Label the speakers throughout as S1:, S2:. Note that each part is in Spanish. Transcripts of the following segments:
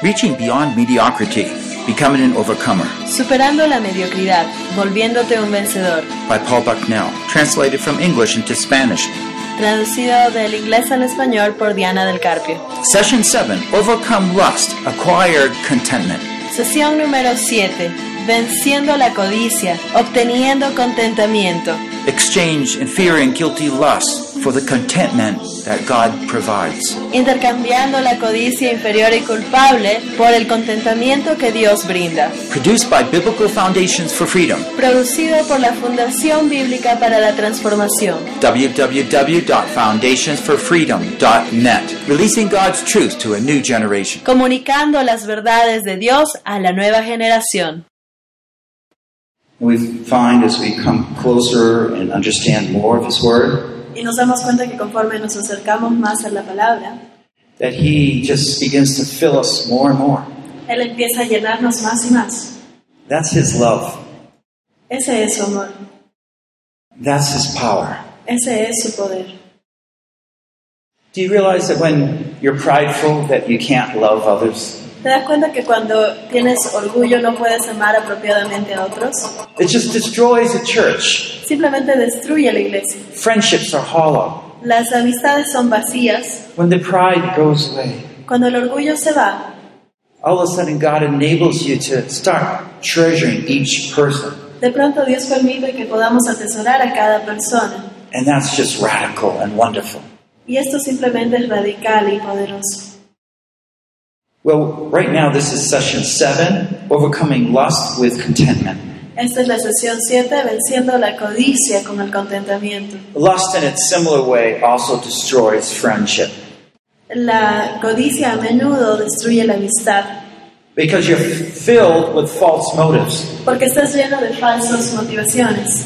S1: Reaching Beyond Mediocrity, Becoming an Overcomer
S2: Superando la mediocridad, volviéndote un vencedor.
S1: by Paul Bucknell, translated from English into Spanish.
S2: Traducido del inglés al español por Diana del Carpio.
S1: Session 7 Overcome Lust, Acquire Contentment.
S2: Sesión número 7. Venciendo la codicia, obteniendo contentamiento.
S1: Exchange and fear and guilty lust for the contentment that God provides.
S2: Intercambiando la codicia inferior y culpable por el contentamiento que Dios brinda.
S1: Produced by Biblical Foundations for Freedom,
S2: Producido por la Fundación Bíblica para la Transformación.
S1: www.foundationsforfreedom.net, releasing God's truth to a new generation.
S2: Comunicando las verdades de Dios a la nueva generación.
S3: We find as we come closer and understand more of His Word
S2: Y nos damos cuenta que conforme nos acercamos más a la palabra,
S3: that He just begins to fill us more and more.
S2: Él empieza a llenarnos más y más.
S3: That's His love.
S2: Ese es su amor,
S3: That's His power.
S2: ese es su poder.
S3: Do you realize that when you're prideful that you can't love others?
S2: ¿Te das cuenta que cuando tienes orgullo no puedes amar apropiadamente a otros?
S3: It just destroys a church.
S2: Simplemente destruye la iglesia.
S3: Friendships are hollow.
S2: Las amistades son vacías.
S3: When the pride goes away,
S2: Cuando el orgullo se va,
S3: all of a sudden God enables you to start treasuring each person.
S2: de pronto Dios permite que podamos atesorar a cada persona.
S3: And that's just radical and wonderful.
S2: Y esto simplemente es radical y poderoso.
S3: Well, right now this is session seven, overcoming lust with contentment.
S2: Esta es la sesión 7, venciendo la codicia con el contentamiento.
S3: Lust in its similar way also destroys friendship
S2: La codicia a menudo destruye la amistad.
S3: because you're filled with false motives.
S2: porque estás lleno de falsas motivaciones.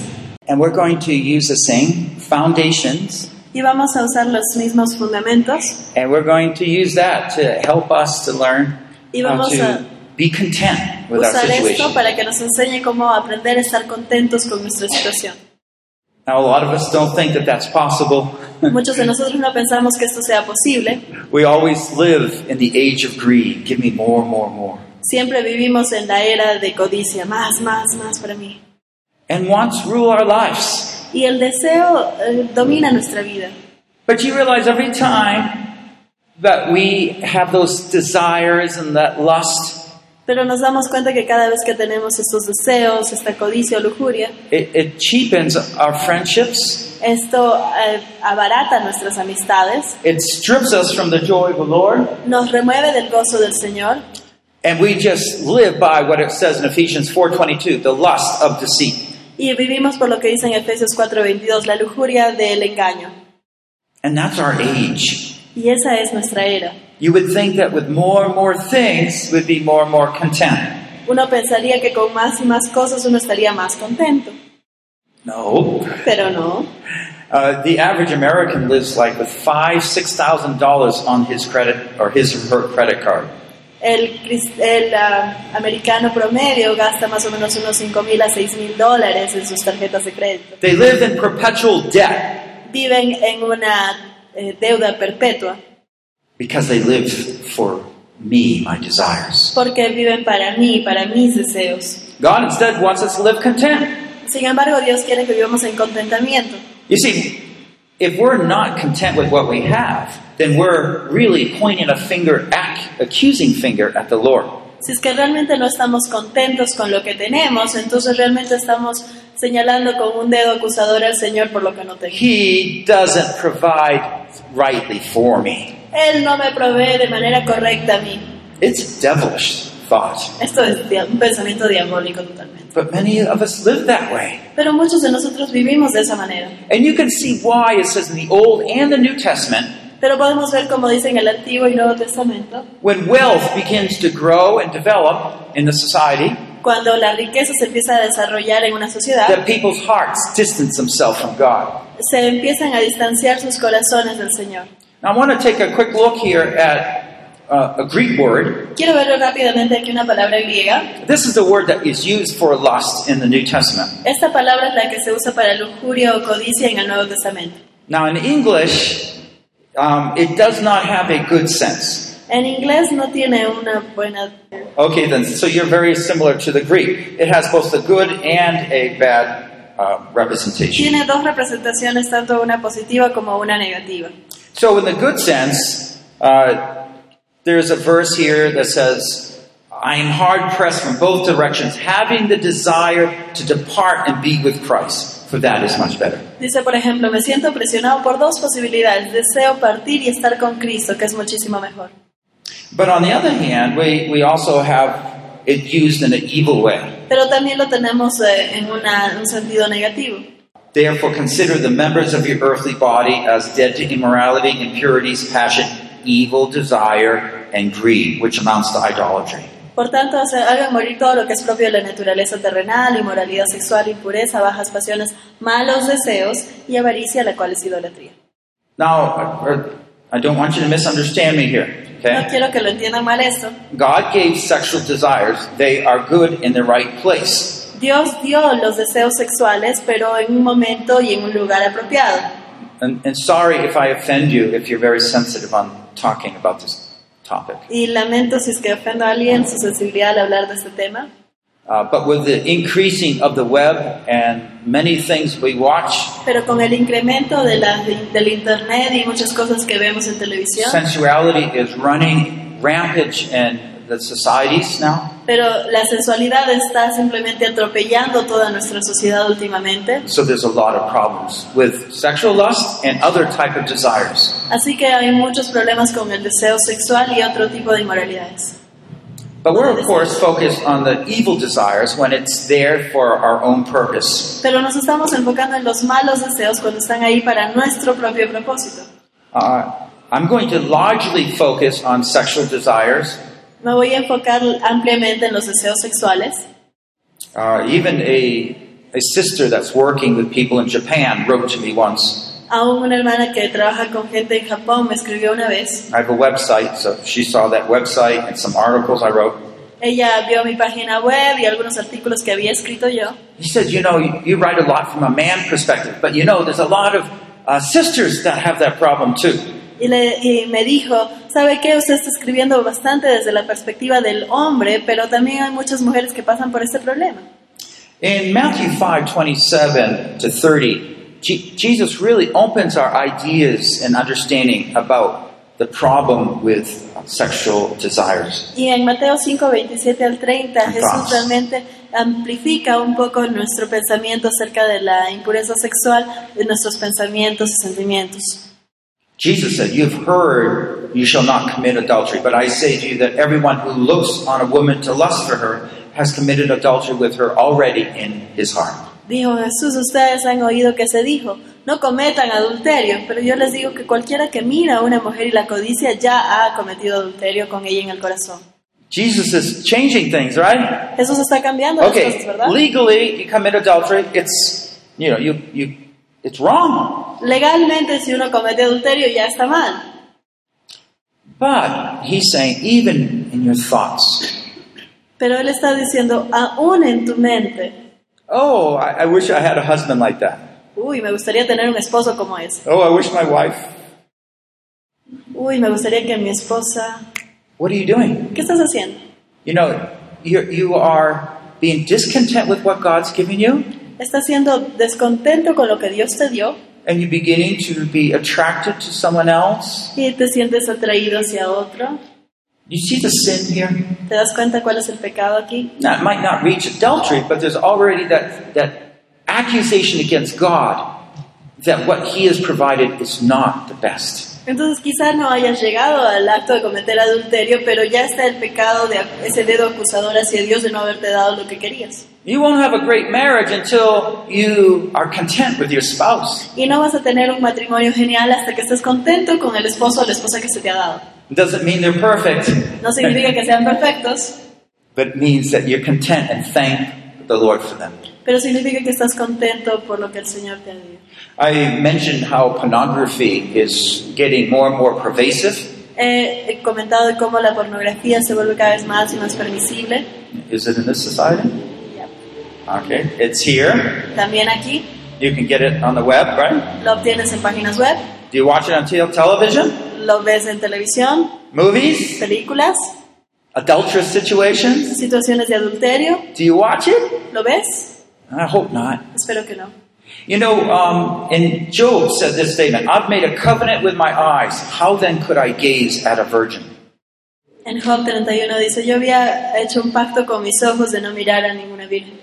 S3: And we're going to use the same foundations
S2: Y vamos a usar los mismos fundamentos
S3: and we're going to use that to help us to learn
S2: y
S3: how
S2: vamos a
S3: to be content with our
S2: usar esto
S3: situation.
S2: para que nos enseñe cómo aprender a estar contentos con nuestra situación.
S3: Now, a lot of us don't think that that's possible.
S2: Muchos de nosotros no pensamos que esto sea posible.
S3: We always live in the age of greed. Give me more, more, more.
S2: Siempre vivimos en la era de codicia, más, más, más para mí.
S3: And wants rule our lives.
S2: Y el deseo eh, domina nuestra vida.
S3: But you realize every time that we have those desires and that lust,
S2: Pero nos damos cuenta que cada vez que tenemos estos deseos, esta codicia o lujuria,
S3: it, it cheapens our friendships.
S2: esto eh, abarata nuestras amistades,
S3: It strips us from the joy of the Lord.
S2: nos remueve del gozo del Señor
S3: And we just live by what it says in Ephesians 4.22, the lust of deceit.
S2: Y vivimos por lo que dice en Efesios 4:22, la lujuria del engaño.
S3: And that's our age.
S2: Y esa es nuestra era.
S3: You would think that with more and more things, we'd be more and more content.
S2: Uno pensaría que con más y más cosas uno estaría más contento,
S3: No.
S2: pero no.
S3: Uh, the average American lives like with five, six thousand dollars on his credit or his or her credit card.
S2: El, cris- el, ah, americano promedio gasta más o menos unos 5 mil a 6 mil dólares en sus tarjetas de crédito.
S3: They live in perpetual debt
S2: Viven en una eh, deuda perpetua
S3: because they live for me, my desires.
S2: porque viven para mí, para mis deseos.
S3: God instead wants us to live content.
S2: Sin embargo, Dios quiere que vivamos en contentamiento.
S3: You see, if we're not content with what we have, then we're really pointing a finger, ac- accusing finger at the Lord.
S2: Si es que realmente no estamos contentos con lo que tenemos, entonces realmente estamos señalando con un dedo acusador al Señor por lo que no tengo.
S3: He doesn't provide rightly for me.
S2: Él no me provee de manera correcta a mí.
S3: It's a devilish thought.
S2: Esto es dia- un pensamiento diabólico totalmente.
S3: But many of us live that way.
S2: Pero muchos de nosotros vivimos de esa manera.
S3: And you can see why it says in the Old and the New Testament,
S2: Pero podemos ver como dicen el Antiguo y Nuevo Testamento,
S3: when wealth begins to grow and develop in the society,
S2: cuando la riqueza se empieza a desarrollar en una sociedad,
S3: that people's hearts distance themselves from God.
S2: se empiezan a distanciar sus corazones del Señor.
S3: Now, I want to take a quick look here at uh, a Greek word.
S2: Quiero ver rápidamente aquí una palabra griega.
S3: This is the word that is used for lust in the New Testament.
S2: Esta palabra es la que se usa para lujuria o codicia en el Nuevo Testamento.
S3: Now, in English, um, it does not have a good sense.
S2: En inglés no tiene una buena...
S3: Okay, then, so you're very similar to the Greek. It has both a good and a bad uh, representation.
S2: Tiene dos representaciones, tanto una positiva como una negativa.
S3: So, in the good sense, uh, there's a verse here that says, I am hard pressed from both directions, having the desire to depart and be with Christ, for that is much better.
S2: Dice, por ejemplo, me siento presionado por dos posibilidades. Deseo partir y estar con Cristo, que es muchísimo mejor.
S3: But on the other hand, we, we also have it used in an evil way.
S2: Pero también lo tenemos eh, en una- un sentido negativo.
S3: Therefore, consider the members of your earthly body as dead to immorality, impurities, passion, evil desire, and greed, which amounts to idolatry.
S2: Por tanto, hace- hagan morir todo lo que es propio de la naturaleza terrenal, inmoralidad sexual, impureza, bajas pasiones, malos deseos y avaricia, la cual es idolatría.
S3: Now, er, I don't want you to misunderstand me here,
S2: No
S3: okay?
S2: quiero que lo entiendan mal esto.
S3: God gave sexual desires, they are good in the right place.
S2: Dios dio los deseos sexuales, pero en un momento y en un lugar apropiado.
S3: And, and sorry if I offend you if you're very sensitive on talking about this topic.
S2: Y lamento si es que ofendo a alguien su sensibilidad al hablar de este tema.
S3: Uh, but with the increasing of the web and many things we watch,
S2: Pero con el incremento de la- del internet y muchas cosas que vemos en televisión,
S3: sensuality is running rampage in the societies now.
S2: pero la sensualidad está simplemente atropellando toda nuestra sociedad últimamente.
S3: So there's a lot of problems with sexual lust and other type of desires.
S2: Así que hay muchos problemas con el deseo sexual y otro tipo de inmoralidades.
S3: But we're of course focused on the evil desires when it's there for our own purpose.
S2: Pero nos estamos enfocando en los malos deseos cuando están ahí para nuestro propio propósito.
S3: Uh, I'm going to largely focus on sexual desires
S2: Me voy a enfocar ampliamente en los deseos sexuales.
S3: Uh, even a, a sister that's working with people in Japan wrote to me once.
S2: Aún una hermana que trabaja con gente en Japón me escribió una vez.
S3: I have a website, so she saw that website and some articles I wrote.
S2: Ella vio mi página web y algunos artículos que había escrito yo.
S3: She says, You know, you, you write a lot from a man perspective, but you know, there's a lot of uh, sisters that have that problem too.
S2: Y, le- y me dijo, ¿sabe qué? Usted está escribiendo bastante desde la perspectiva del hombre, pero también hay muchas mujeres que pasan por este problema.
S3: In Matthew 5 27 to 30, Je- Jesus really opens our ideas and understanding about the problem with sexual desires.
S2: Y en Mateo 5, 27 al 30, Jesús
S3: Entonces.
S2: realmente amplifica un poco nuestro pensamiento acerca de la impureza sexual, de nuestros pensamientos y sentimientos.
S3: Jesus said, You've heard you shall not commit adultery, but I say to you that everyone who looks on a woman to lust for her has committed adultery with her already in his heart.
S2: Dijo Jesús, ustedes han oído que se dijo, no cometan adulterio, pero yo les digo que cualquiera que mira a una mujer y la codicia ya ha cometido adulterio con ella en el corazón.
S3: Jesus is changing things, right?
S2: Jesús está cambiando las cosas,
S3: Okay,
S2: ¿verdad?
S3: legally you commit adultery, it's you know, you you it's wrong.
S2: Legalmente si uno comete adulterio ya está mal,
S3: But he's saying even in your thoughts.
S2: pero él está diciendo, aún en tu mente,
S3: Oh, I, I wish I had a husband like that.
S2: uy, me gustaría tener un esposo como ese.
S3: Oh, I wish my wife.
S2: Uy, me gustaría que mi esposa...
S3: What are you doing?
S2: ¿Qué estás haciendo?
S3: You know, you you are being discontent with what God's given you.
S2: ¿Estás siendo descontento con lo que Dios te dio
S3: and you're beginning to be attracted to someone else.
S2: y te sientes atraído hacia otro?
S3: You see the sin here?
S2: ¿Te das cuenta cuál es el pecado aquí?
S3: Now, it might not reach adultery, but there's already that, that accusation against God that what He has provided is not the best.
S2: Entonces quizás no hayas llegado al acto de cometer adulterio, pero ya está el pecado de ese dedo acusador hacia Dios de no haberte dado lo que querías.
S3: You won't have a great marriage until you are content with your spouse.
S2: Y no vas a tener un matrimonio genial hasta que estés contento con el esposo o la esposa que se te ha dado.
S3: It doesn't mean they're perfect,
S2: No significa que sean perfectos,
S3: but it means that you're content and thank the Lord for them.
S2: pero significa que estás contento por lo que el Señor te ha dado.
S3: I mentioned how pornography is getting more and more pervasive.
S2: He he comentado de cómo la pornografía se vuelve cada vez más y más permisible.
S3: Is it in this society? Okay, it's here.
S2: También aquí
S3: You can get it on the web, right?
S2: lo obtienes en páginas web,
S3: Do you watch it on te- television?
S2: lo ves en televisión,
S3: Movies?
S2: películas,
S3: Adulterous situations?
S2: situaciones de adulterio.
S3: Do you watch it?
S2: ¿Lo ves?
S3: I hope not.
S2: Espero que no.
S3: You know, um, and Job said this statement I've made a covenant with my eyes. How then could I gaze at a virgin?
S2: En Job 31 dice, yo había hecho un pacto con mis ojos de no mirar a ninguna virgen.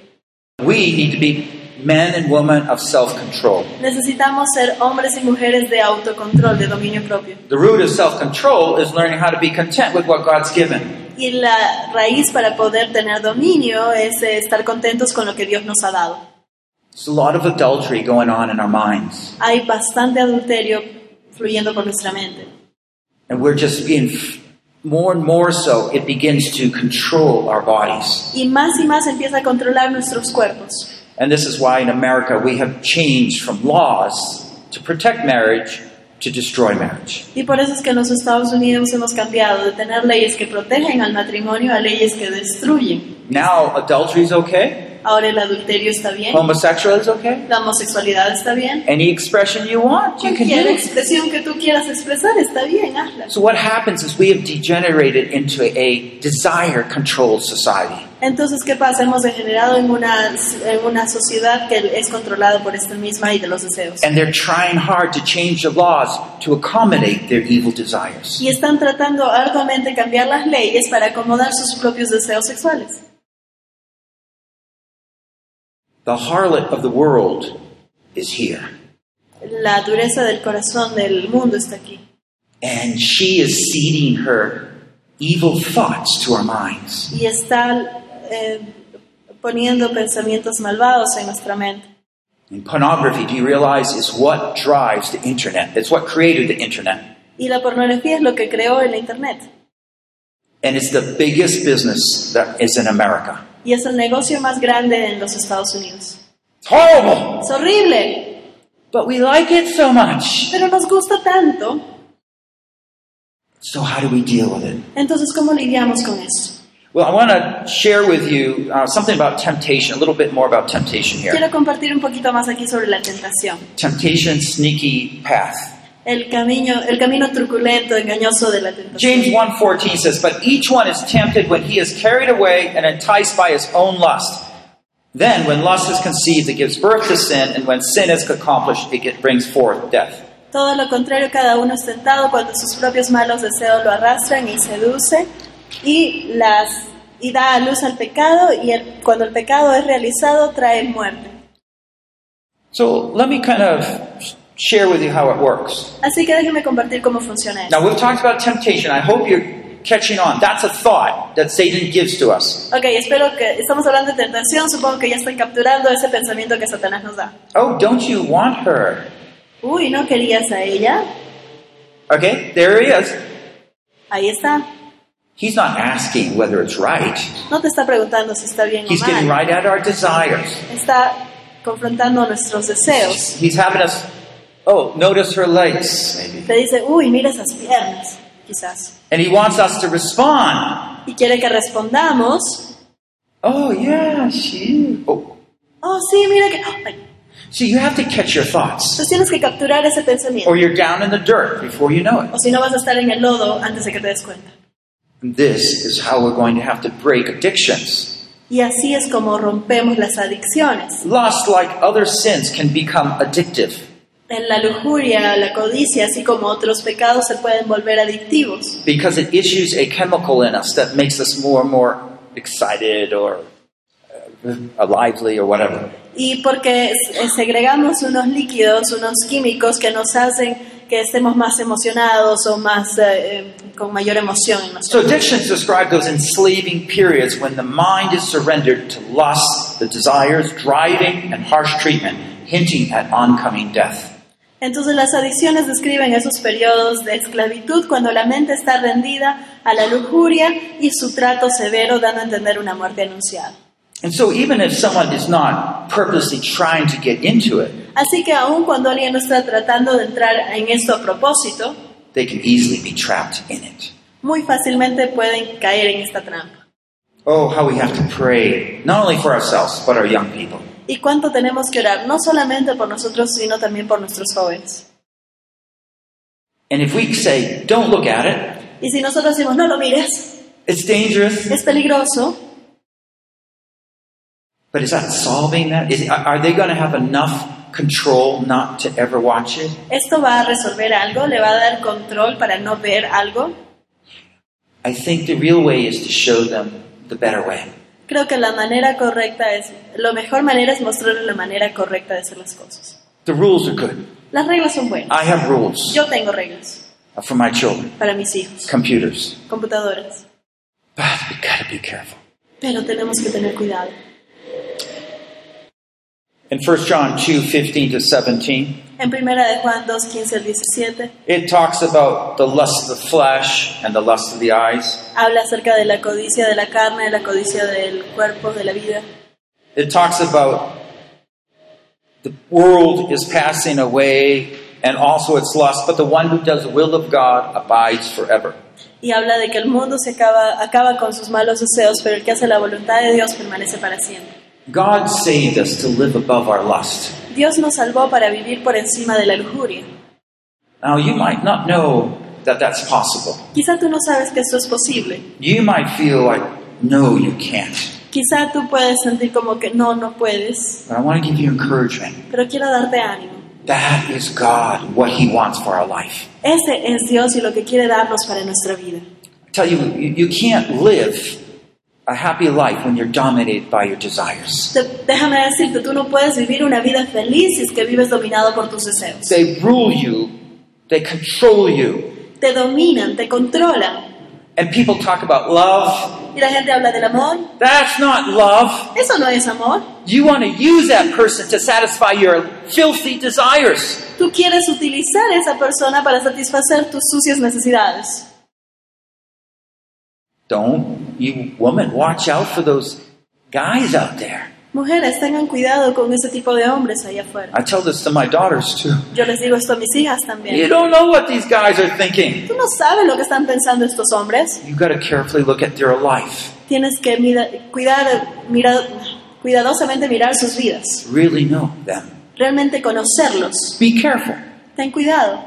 S3: We need to be men and women of self control.
S2: Necesitamos ser hombres y mujeres de autocontrol, de dominio propio.
S3: The root of self control is learning how to be content with what God's given.
S2: Y la raíz para poder tener dominio es eh, estar contentos con lo que Dios nos ha dado.
S3: There's a lot of adultery going on in our minds,
S2: Hay bastante adulterio fluyendo por nuestra mente.
S3: and we're just being f- more and more so, it begins to control our bodies.
S2: Y más y más empieza a controlar nuestros cuerpos.
S3: And this is why in America we have changed from laws to protect marriage to destroy marriage.
S2: Y por eso es que en los Estados Unidos hemos cambiado de tener leyes que protegen al matrimonio a leyes que destruyen.
S3: Now adultery is okay,
S2: Ahora el adulterio está bien,
S3: homosexual is okay,
S2: la homosexualidad está bien.
S3: any expression you want, you can
S2: Cualquier
S3: do it.
S2: expresión que tú quieras expresar está bien, hazla.
S3: So what happens is we have degenerated into a desire controlled society.
S2: Entonces, ¿qué pasa? Hemos degenerado en una, en una sociedad que es controlada por esta misma y de los deseos.
S3: And they're trying hard to change the laws to accommodate their evil desires.
S2: Y están tratando arduamente cambiar las leyes para acomodar sus propios deseos sexuales.
S3: The harlot of the world is here.
S2: La dureza del corazón del mundo está aquí.
S3: And she is seeding her evil thoughts to our minds.
S2: Y está eh, poniendo pensamientos malvados en nuestra mente.
S3: And pornography, do you realize, is what drives the internet? It's what created the internet.
S2: Y la pornografía es lo que creó el Internet.
S3: And it's the biggest business that is in America.
S2: Y es el negocio más grande en los Estados Unidos.
S3: It's horrible!
S2: Es horrible,
S3: But we like it so much.
S2: pero nos gusta tanto.
S3: So, how do we deal with it?
S2: Entonces, ¿cómo lidiamos con eso?
S3: Well, I want to share with you uh, something about temptation, a little bit more about temptation here.
S2: Quiero compartir un poquito más aquí sobre la tentación.
S3: Temptation's sneaky path.
S2: El camino, el camino truculento, engañoso de la
S3: James
S2: tentación.
S3: 1:14 says, "But each one is tempted when he is carried away and enticed by his own lust. Then, when lust is conceived, it gives birth to sin, and when sin is accomplished, it get- brings forth death."
S2: Todo lo contrario, cada uno es tentado cuando sus propios malos deseos lo arrastran y seduce y las y da a luz al pecado y el- cuando el pecado es realizado trae muerte.
S3: So let me kind of share with you how it works.
S2: Así que déjeme compartir cómo funciona eso.
S3: Now, we've talked about temptation. I hope you're catching on. That's a thought that Satan gives to us.
S2: Ok, espero que estamos hablando de tentación, supongo que ya están capturando ese pensamiento que Satanás nos da.
S3: Oh, don't you want her?
S2: Uy, ¿no querías a ella?
S3: Okay, there he is.
S2: Ahí está.
S3: He's not asking whether it's right.
S2: No te está preguntando si está bien o
S3: He's getting
S2: mal.
S3: right at our desires.
S2: Está confrontando nuestros deseos.
S3: He's having us, oh, notice her legs, maybe.
S2: Te dice, uy, mira esas piernas, quizás.
S3: And he wants us to respond.
S2: Y quiere que respondamos,
S3: Oh, yeah, she. Oh.
S2: oh, sí, mira que... Ay.
S3: So you have to catch your thoughts,
S2: Entonces tienes que capturar ese pensamiento.
S3: or you're down in the dirt before you know it.
S2: O si no, vas a estar en el lodo antes de que te des cuenta.
S3: This is how we're going to have to break addictions.
S2: Y así es como rompemos las adicciones.
S3: Lust, like other sins, can become addictive.
S2: En la lujuria, la codicia, así como otros pecados, se pueden volver adictivos.
S3: because it issues a chemical in us that makes us more and more excited or uh, lively or whatever.
S2: Y porque eh, segregamos unos líquidos, unos químicos que nos hacen que estemos más emocionados o más eh, eh, con mayor emoción en
S3: So
S2: nosotros.
S3: addictions describe those enslaving periods when the mind is surrendered to lust, the desires, driving, and harsh treatment, hinting at oncoming death.
S2: Entonces las adicciones describen esos periodos de esclavitud cuando la mente está rendida a la lujuria y su trato severo dando a entender una muerte anunciada.
S3: And so even if someone is not purposely trying to get into it,
S2: Así que aun cuando alguien no está tratando de entrar en esto a propósito,
S3: they can easily be trapped in it.
S2: muy fácilmente pueden caer en esta trampa.
S3: Oh, how we have to pray, not only for ourselves, but our young people.
S2: ¿Y cuánto tenemos que orar? No solamente por nosotros, sino también por nuestros jóvenes.
S3: And if we say, don't look at it,
S2: Y si nosotros decimos, no lo mires,
S3: it's dangerous,
S2: es peligroso,
S3: but is that solving that? Is, are they going to have enough control not to ever watch it?
S2: esto va a resolver algo, le va a dar control para no ver algo.
S3: I think the real way is to show them the better way.
S2: Creo que la manera correcta es, la mejor manera es mostrarles la manera correcta de hacer las cosas.
S3: The rules are good.
S2: Las reglas son buenas.
S3: I have rules
S2: Yo tengo reglas
S3: for my children,
S2: para mis hijos,
S3: computers.
S2: computadoras,
S3: But we gotta be careful.
S2: pero tenemos que tener cuidado.
S3: In 1 John 2 15 to 17,
S2: En primera de Juan 2, 15 al 17,
S3: it talks about the lust of the flesh and the lust of the eyes.
S2: habla acerca de la codicia de la carne, de la codicia del cuerpo, de la vida.
S3: It talks about the world is passing away and also its lust, but the one who does the will of God abides forever.
S2: Y habla de que el mundo se acaba, acaba con sus malos deseos, pero el que hace la voluntad de Dios permanece para siempre.
S3: God saved us to live above our lust.
S2: Dios nos salvó para vivir por encima de la lujuria.
S3: Now, you might not know that that's possible.
S2: Quizá tú no sabes que esto es posible.
S3: You might feel like, no, you can't.
S2: Quizá tú puedes sentir como que no, no puedes,
S3: But I want to give you encouragement.
S2: pero quiero darte ánimo.
S3: That is God, what He wants for our life.
S2: Ese es Dios y lo que quiere darnos para nuestra vida.
S3: I tell you, you, you can't live a happy life when you're dominated by your desires.
S2: Te- déjame decirte, tú no puedes vivir una vida feliz si es que vives dominado por tus deseos.
S3: They rule you, they control you.
S2: Te dominan, te controlan.
S3: And people talk about love.
S2: Y la gente habla del amor.
S3: That's not love.
S2: Eso no es amor.
S3: You want to use that person to satisfy your filthy desires.
S2: Tú quieres utilizar a esa persona para satisfacer tus sucias necesidades.
S3: Don't, you woman, watch out for those guys out there.
S2: Mujeres, tengan cuidado con ese tipo de hombres allá afuera.
S3: I tell this to my daughters too.
S2: Yo les digo esto a mis hijas
S3: You
S2: también.
S3: don't know what these guys are thinking.
S2: Tú no sabes lo que están pensando estos hombres.
S3: You got to carefully look at their life.
S2: Tienes que mira- cuidar, mira- cuidadosamente mirar sus vidas.
S3: Really know them.
S2: Realmente conocerlos.
S3: Be careful.
S2: Ten cuidado.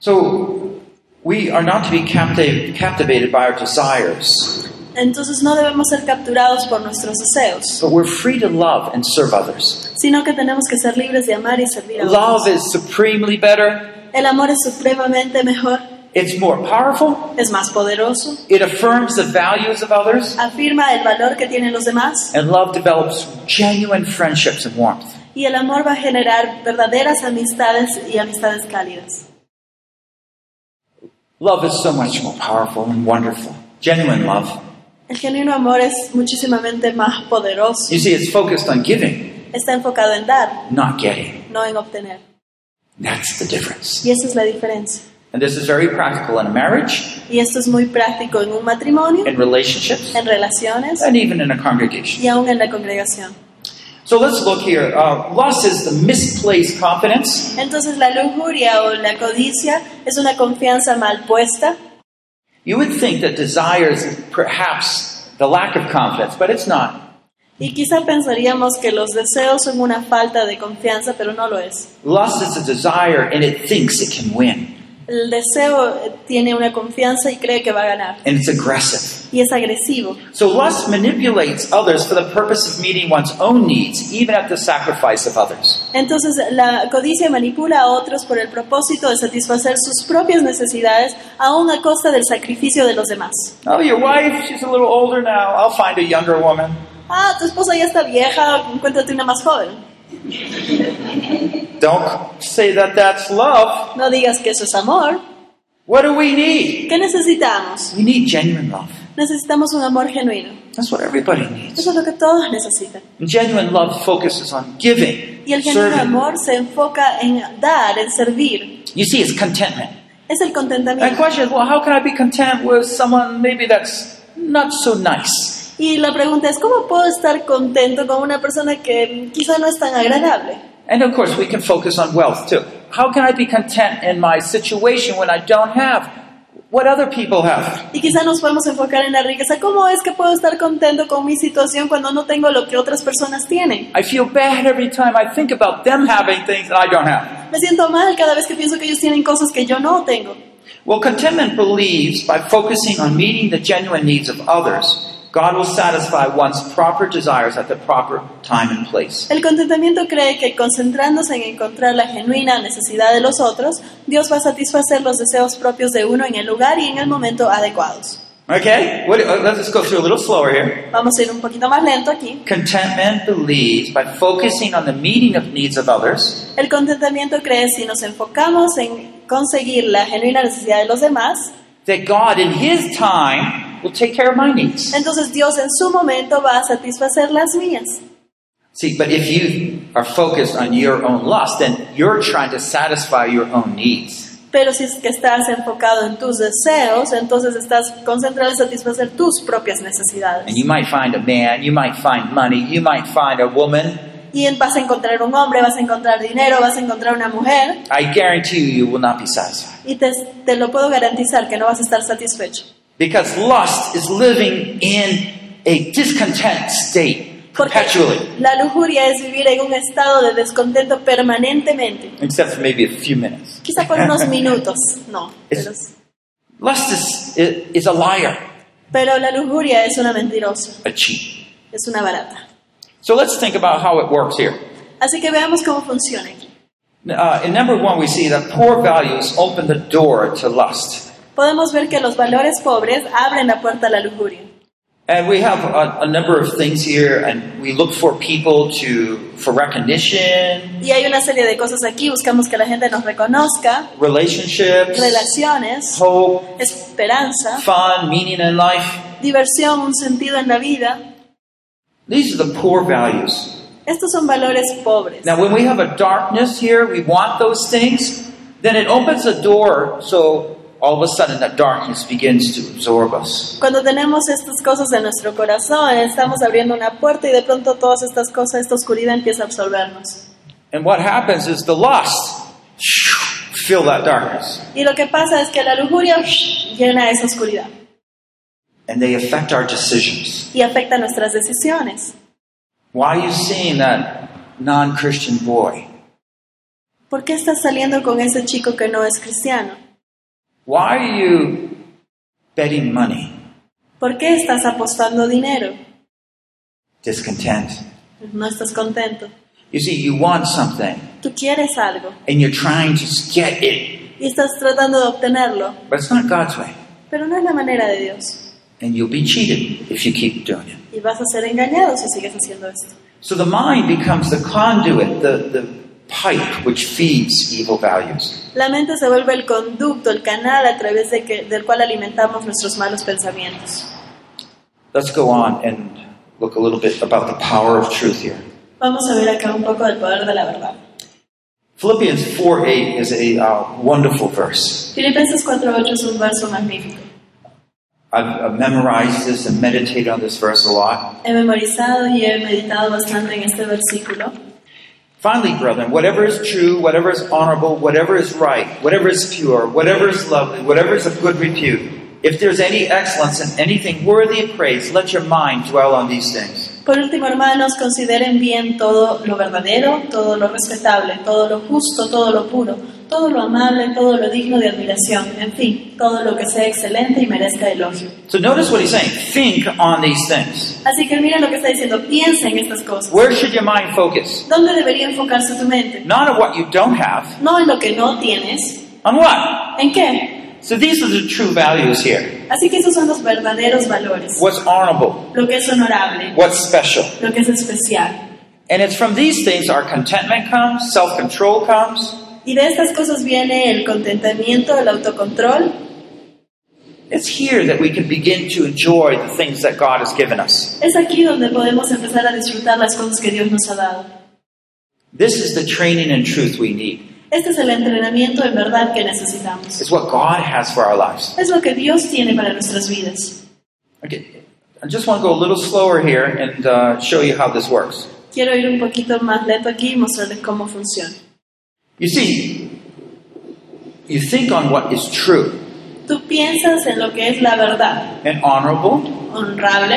S3: So we are not to be captive, captivated by our desires,
S2: Entonces no debemos ser capturados por nuestros deseos,
S3: but we're free to love and serve others.
S2: sino que tenemos que ser libres de amar y servir a
S3: Love
S2: otros.
S3: is supremely better.
S2: El amor es supremamente mejor,
S3: It's more powerful.
S2: es más poderoso,
S3: It affirms the values of others.
S2: afirma el valor que tienen los demás
S3: And love develops genuine friendships and warmth.
S2: y el amor va a generar verdaderas amistades y amistades cálidas.
S3: Love is so much more powerful and wonderful. Genuine love.
S2: El genuino amor es muchísimamente más poderoso,
S3: You see, it's focused on giving,
S2: está enfocado en dar,
S3: not getting.
S2: no en obtener.
S3: That's the difference.
S2: Y esa es la diferencia.
S3: And this is very practical in a marriage,
S2: Y esto es muy práctico en un matrimonio,
S3: in relationships,
S2: en relaciones
S3: and even in a congregation.
S2: y aún en la congregación.
S3: So let's look here. Uh, lust is the misplaced confidence.
S2: Entonces la lujuria o la codicia es una confianza mal puesta.
S3: You would think that desire is perhaps the lack of confidence, but it's not.
S2: Y quizá pensaríamos que los deseos son una falta de confianza, pero no lo es.
S3: Lust is a desire and it thinks it can win,
S2: El deseo eh, tiene una confianza y cree que va a ganar.
S3: and it's aggressive.
S2: Y es agresivo.
S3: So lust manipulates others for the purpose of meeting one's own needs, even at the sacrifice of others.
S2: Entonces la codicia manipula a otros por el propósito de satisfacer sus propias necesidades, aún a costa del sacrificio de los demás.
S3: Oh, your wife, she's a little older now. I'll find a younger woman.
S2: Ah, tu esposa ya está vieja, encuéntrate una más joven.
S3: Don't say that that's love.
S2: No digas que eso es amor.
S3: What do we need?
S2: ¿Qué necesitamos?
S3: We need genuine love.
S2: Necesitamos un amor genuino.
S3: That's what everybody needs.
S2: Eso es lo que todos necesitan.
S3: Genuine love focuses on giving,
S2: Y el genuino
S3: serving.
S2: amor se enfoca en dar, en servir.
S3: You see, it's contentment.
S2: Es el
S3: And the
S2: contentamiento.
S3: question is, well, how can I be content with someone maybe that's not so nice?
S2: Y la pregunta es, ¿cómo puedo estar contento con una persona que mm, quizá no es tan agradable?
S3: And of course, we can focus on wealth too. How can I be content in my situation when I don't have What other people have?
S2: Y quizá nos podemos enfocar en la riqueza. ¿Cómo es que puedo estar contento con mi situación cuando no tengo lo que otras personas tienen?
S3: I feel bad every time I think about them having things that I don't have.
S2: Me siento mal cada vez que pienso que ellos tienen cosas que yo no tengo.
S3: Well, contentment believes by focusing on meeting the genuine needs of others, God will satisfy one's proper desires at the proper time and place.
S2: El contentamiento cree que concentrándose en encontrar la genuina necesidad de los otros, Dios va a satisfacer los deseos propios de uno en el lugar y en el momento adecuados.
S3: Okay? What, uh, let's just go through a little slower here.
S2: Vamos a ir un poquito más lento aquí.
S3: Contentment believes by focusing on the meeting of needs of others,
S2: El contentamiento cree si nos enfocamos en conseguir la genuina necesidad de los demás,
S3: that God in His time will take care of my needs.
S2: entonces Dios en su momento va a satisfacer las mías.
S3: See, but if you are focused on your own lust, then you're trying to satisfy your own needs.
S2: Pero si es que estás enfocado en tus deseos, entonces estás concentrado en satisfacer tus propias necesidades.
S3: And you might find a man, you might find money, you might find a woman.
S2: Y en- vas a encontrar un hombre, vas a encontrar dinero, vas a encontrar una mujer
S3: I guarantee you, you will not be satisfied.
S2: y te, te lo puedo garantizar que no vas a estar satisfecho.
S3: Because lust is living in a discontent state
S2: Porque
S3: perpetually,
S2: la lujuria es vivir en un estado de descontento permanentemente,
S3: except for maybe a few minutes.
S2: quizá por unos minutos, no. Pero,
S3: Lust is, is, is a liar,
S2: pero la lujuria es una mentirosa,
S3: a cheat.
S2: es una barata.
S3: So let's think about how it works here.
S2: Así que veamos cómo funciona.
S3: Uh, in number one, we see that poor values open the door to lust.
S2: Podemos ver que los valores pobres abren la puerta a la lujuria.
S3: And we have a, a number of things here, and we look for people to for recognition,
S2: Y hay una serie de cosas aquí, buscamos que la gente nos reconozca,
S3: relationships,
S2: relaciones,
S3: hope,
S2: esperanza,
S3: fun, meaning in life.
S2: diversión, un sentido en la vida.
S3: These are the poor values.
S2: Estos son valores pobres.
S3: Now, when we have a darkness here, we want those things. Then it opens a door, so all of a sudden that darkness begins to absorb us.
S2: Cuando tenemos estas cosas en nuestro corazón, estamos abriendo una puerta y de pronto todas estas cosas, esta oscuridad empieza a absorbernos.
S3: And what happens is the lust fill that darkness,
S2: Y lo que pasa es que la lujuria ush, llena esa oscuridad
S3: and they affect our decisions.
S2: y afecta nuestras decisiones.
S3: Why are you seeing that non-Christian boy?
S2: ¿Por qué estás saliendo con ese chico que no es cristiano?
S3: Why are you betting money?
S2: ¿Por qué estás apostando dinero?
S3: Discontent.
S2: No estás contento.
S3: You see, you want something
S2: Tú quieres algo
S3: and you're trying to get it,
S2: y estás tratando de obtenerlo,
S3: but it's not God's way.
S2: pero no es la manera de Dios.
S3: And you'll be cheated if you keep doing it.
S2: Y vas a ser engañado si sigues haciendo esto.
S3: So the mind becomes the conduit, the, the pipe which feeds evil values.
S2: La mente se vuelve el conducto, el canal a través de que, del cual alimentamos nuestros malos pensamientos.
S3: Let's go on and look a little bit about the power of truth here.
S2: Vamos a ver acá un poco del poder de la verdad.
S3: Philippians 4 8 is a uh, wonderful verse.
S2: Filipenses 4.8 es un verso magnífico.
S3: I've, I've memorized this and meditated on this verse a lot.
S2: He memorizado y he meditado bastante en este versículo.
S3: Finally, brethren, whatever is true, whatever is honorable, whatever is right, whatever is pure, whatever is lovely, whatever is of good repute, if there's any excellence and anything worthy of praise, let your mind dwell on these things.
S2: Por último, hermanos, consideren bien todo lo verdadero, todo lo respetable, todo lo justo, todo lo puro, todo lo amable, todo lo digno de admiración, en fin, todo lo que sea excelente y merezca elogio.
S3: So notice what he's saying. Think on these things.
S2: Así que miren lo que está diciendo, piensa en estas cosas.
S3: Where should your mind focus?
S2: ¿Dónde debería enfocarse tu mente?
S3: Not on what you don't have.
S2: No en lo que no tienes,
S3: On what?
S2: ¿en qué?
S3: So these are the true values here.
S2: Así que esos son los verdaderos valores,
S3: What's honorable?
S2: lo que es honorable,
S3: What's special?
S2: lo que es especial.
S3: And it's from these things our contentment comes, self-control comes.
S2: Y de estas cosas viene el contentamiento, el autocontrol,
S3: It's here that we can begin to enjoy the things that God has given us.
S2: Es aquí donde podemos empezar a disfrutar las cosas que Dios nos ha dado.
S3: This is the training and truth we need.
S2: Este es el entrenamiento en verdad que necesitamos.
S3: It's what God has for our lives.
S2: Es lo que Dios tiene para nuestras vidas.
S3: Okay, I just want to go a little slower here and uh, show you how this works.
S2: Quiero ir un poquito más lento aquí y mostrarles cómo funciona.
S3: You see, you think on what is true.
S2: Tú piensas en lo que es la verdad,
S3: and honorable
S2: honrable,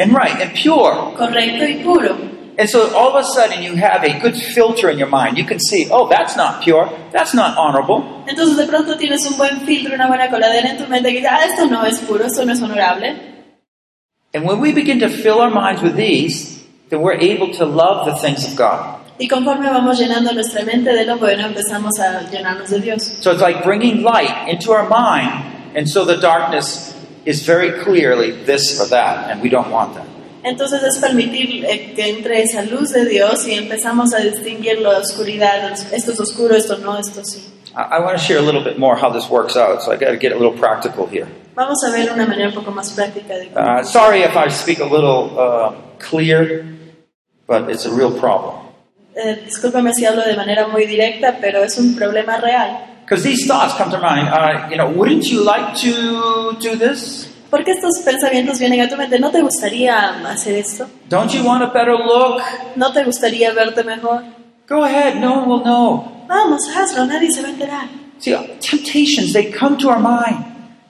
S3: and right and pure.
S2: correcto y puro.
S3: And so all of a sudden you have a good filter in your mind. You can see, oh, that's not pure, that's not honorable,
S2: Entonces de pronto tienes un buen filtro, una buena coladera en tu mente que dice, ah, esto no es puro, esto no es honorable.
S3: And when we begin to fill our minds with these, then we're able to love the things of God.
S2: Y conforme vamos llenando nuestra mente de lo bueno, empezamos a llenarnos de Dios.
S3: So it's like bringing light into our mind, and so the darkness is very clearly this or that, and we don't want that.
S2: Entonces es permitir eh, que entre esa luz de Dios y empezamos a distinguir la oscuridad, los- esto es oscuro, esto no, esto sí.
S3: I, I want to share a little bit more how this works out, so I got to get a little practical here.
S2: Vamos a ver una manera un poco más práctica de cómo.
S3: Uh, sorry if I speak a little uh, clear, but it's a real problem.
S2: Eh, discúlpame si hablo de manera muy directa, pero es un problema real.
S3: Because these thoughts come to mind. Uh, you know, wouldn't you like to do this?
S2: ¿Por qué estos pensamientos vienen a tu mente? ¿No te gustaría hacer esto?
S3: Don't you want a better look?
S2: ¿No te gustaría verte mejor?
S3: Go ahead. No one will know.
S2: Vamos, hazlo, nadie se va a enterar.
S3: See, temptations, they come to our mind.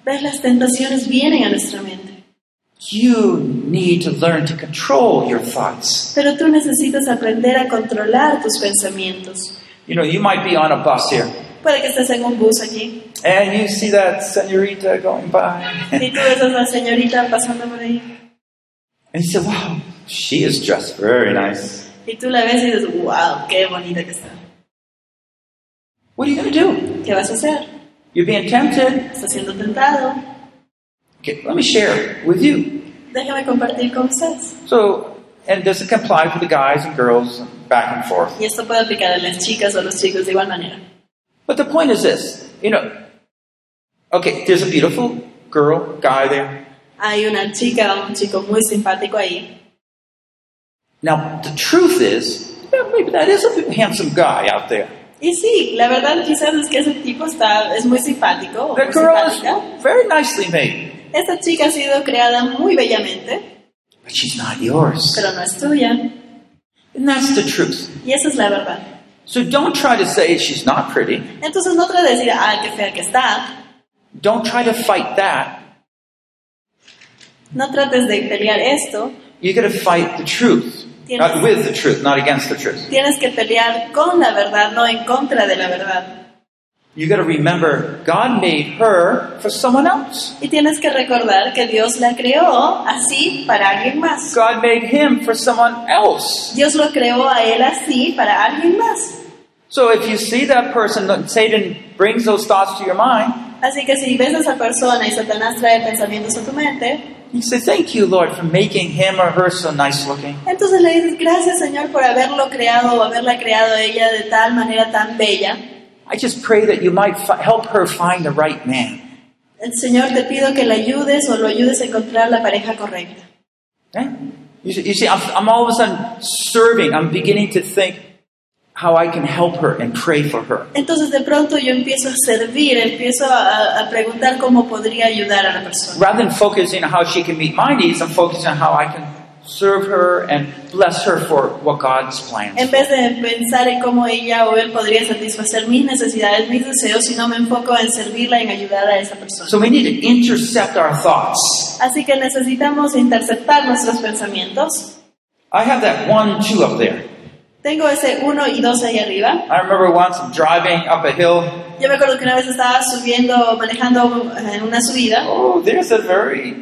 S2: ¿Ves? Las tentaciones vienen a nuestra mente.
S3: You need to learn to control your thoughts.
S2: Pero tú necesitas aprender a controlar tus pensamientos.
S3: You know, you might be on a bus here,
S2: Puede que estés en un bus aquí
S3: and you see that senorita going by.
S2: y tú ves a la señorita pasando por ahí
S3: and you say, wow, she is dressed very nice.
S2: y tú la ves y dices, wow, qué bonita que está.
S3: What are you going to do?
S2: ¿Qué vas a hacer?
S3: You're being tempted.
S2: Estás siendo tentado.
S3: Okay, let me share with you.
S2: Déjame compartir con ustedes.
S3: So, and this can apply for the guys and girls, back and forth.
S2: Y esto puede aplicar a las chicas o a los chicos de igual manera.
S3: But the point is this, you know, okay, there's a beautiful girl, guy there,
S2: Hay una chica o un chico muy simpático ahí.
S3: Now, the truth is, yeah, maybe that is a handsome guy out there.
S2: Y sí, la verdad quizás es que ese tipo está, es muy simpático o
S3: The
S2: muy
S3: girl
S2: simpática.
S3: is very nicely made,
S2: Esta chica ha sido creada muy bellamente,
S3: but she's not yours.
S2: pero no es tuya.
S3: And that's the truth.
S2: Y esa es la verdad.
S3: So don't try to say she's not pretty.
S2: Entonces no trata de decir, ah, qué fea que está.
S3: Don't try to fight that.
S2: No trates de pelear esto.
S3: You gotta fight the truth.
S2: Tienes-
S3: Not with the truth, not against the truth.
S2: Tienes que pelear con la verdad, no en contra de la verdad.
S3: You gotta remember God made her for someone else.
S2: Y tienes que recordar que Dios la creó así para alguien más.
S3: God made him for someone else.
S2: Dios lo creó a él así para alguien más.
S3: So if you see that person, that Satan brings those thoughts to your mind,
S2: Así que si ves a esa persona y Satanás trae pensamientos a tu mente,
S3: you say, Thank you, Lord, for making him or her so nice looking.
S2: entonces le dices, gracias Señor por haberlo creado o haberla creado a ella de tal manera tan bella.
S3: I just pray that you might fi- help her find the right man.
S2: El Señor te pido que la ayudes o lo ayudes a encontrar la pareja correcta.
S3: Eh? You, see- you see, I'm, I'm all of a sudden serving. I'm beginning to think how I can help her and pray for her.
S2: Entonces de pronto yo empiezo a servir, empiezo a, a preguntar cómo podría ayudar a la persona.
S3: Rather than focusing on how she can meet my needs, I'm focusing on how I can serve her and bless her for what God's plans.
S2: En vez de pensar en cómo ella o él podría satisfacer mis necesidades, mis deseos, sino me enfoco en servirla, en ayudar a esa persona.
S3: So we need to intercept our thoughts.
S2: Así que necesitamos interceptar nuestros pensamientos.
S3: I have that one two up there.
S2: Tengo ese 1 y 2 ahí arriba.
S3: I remember once driving up a hill.
S2: Yo me acuerdo que una vez estaba subiendo, manejando en una subida.
S3: Oh, there's a very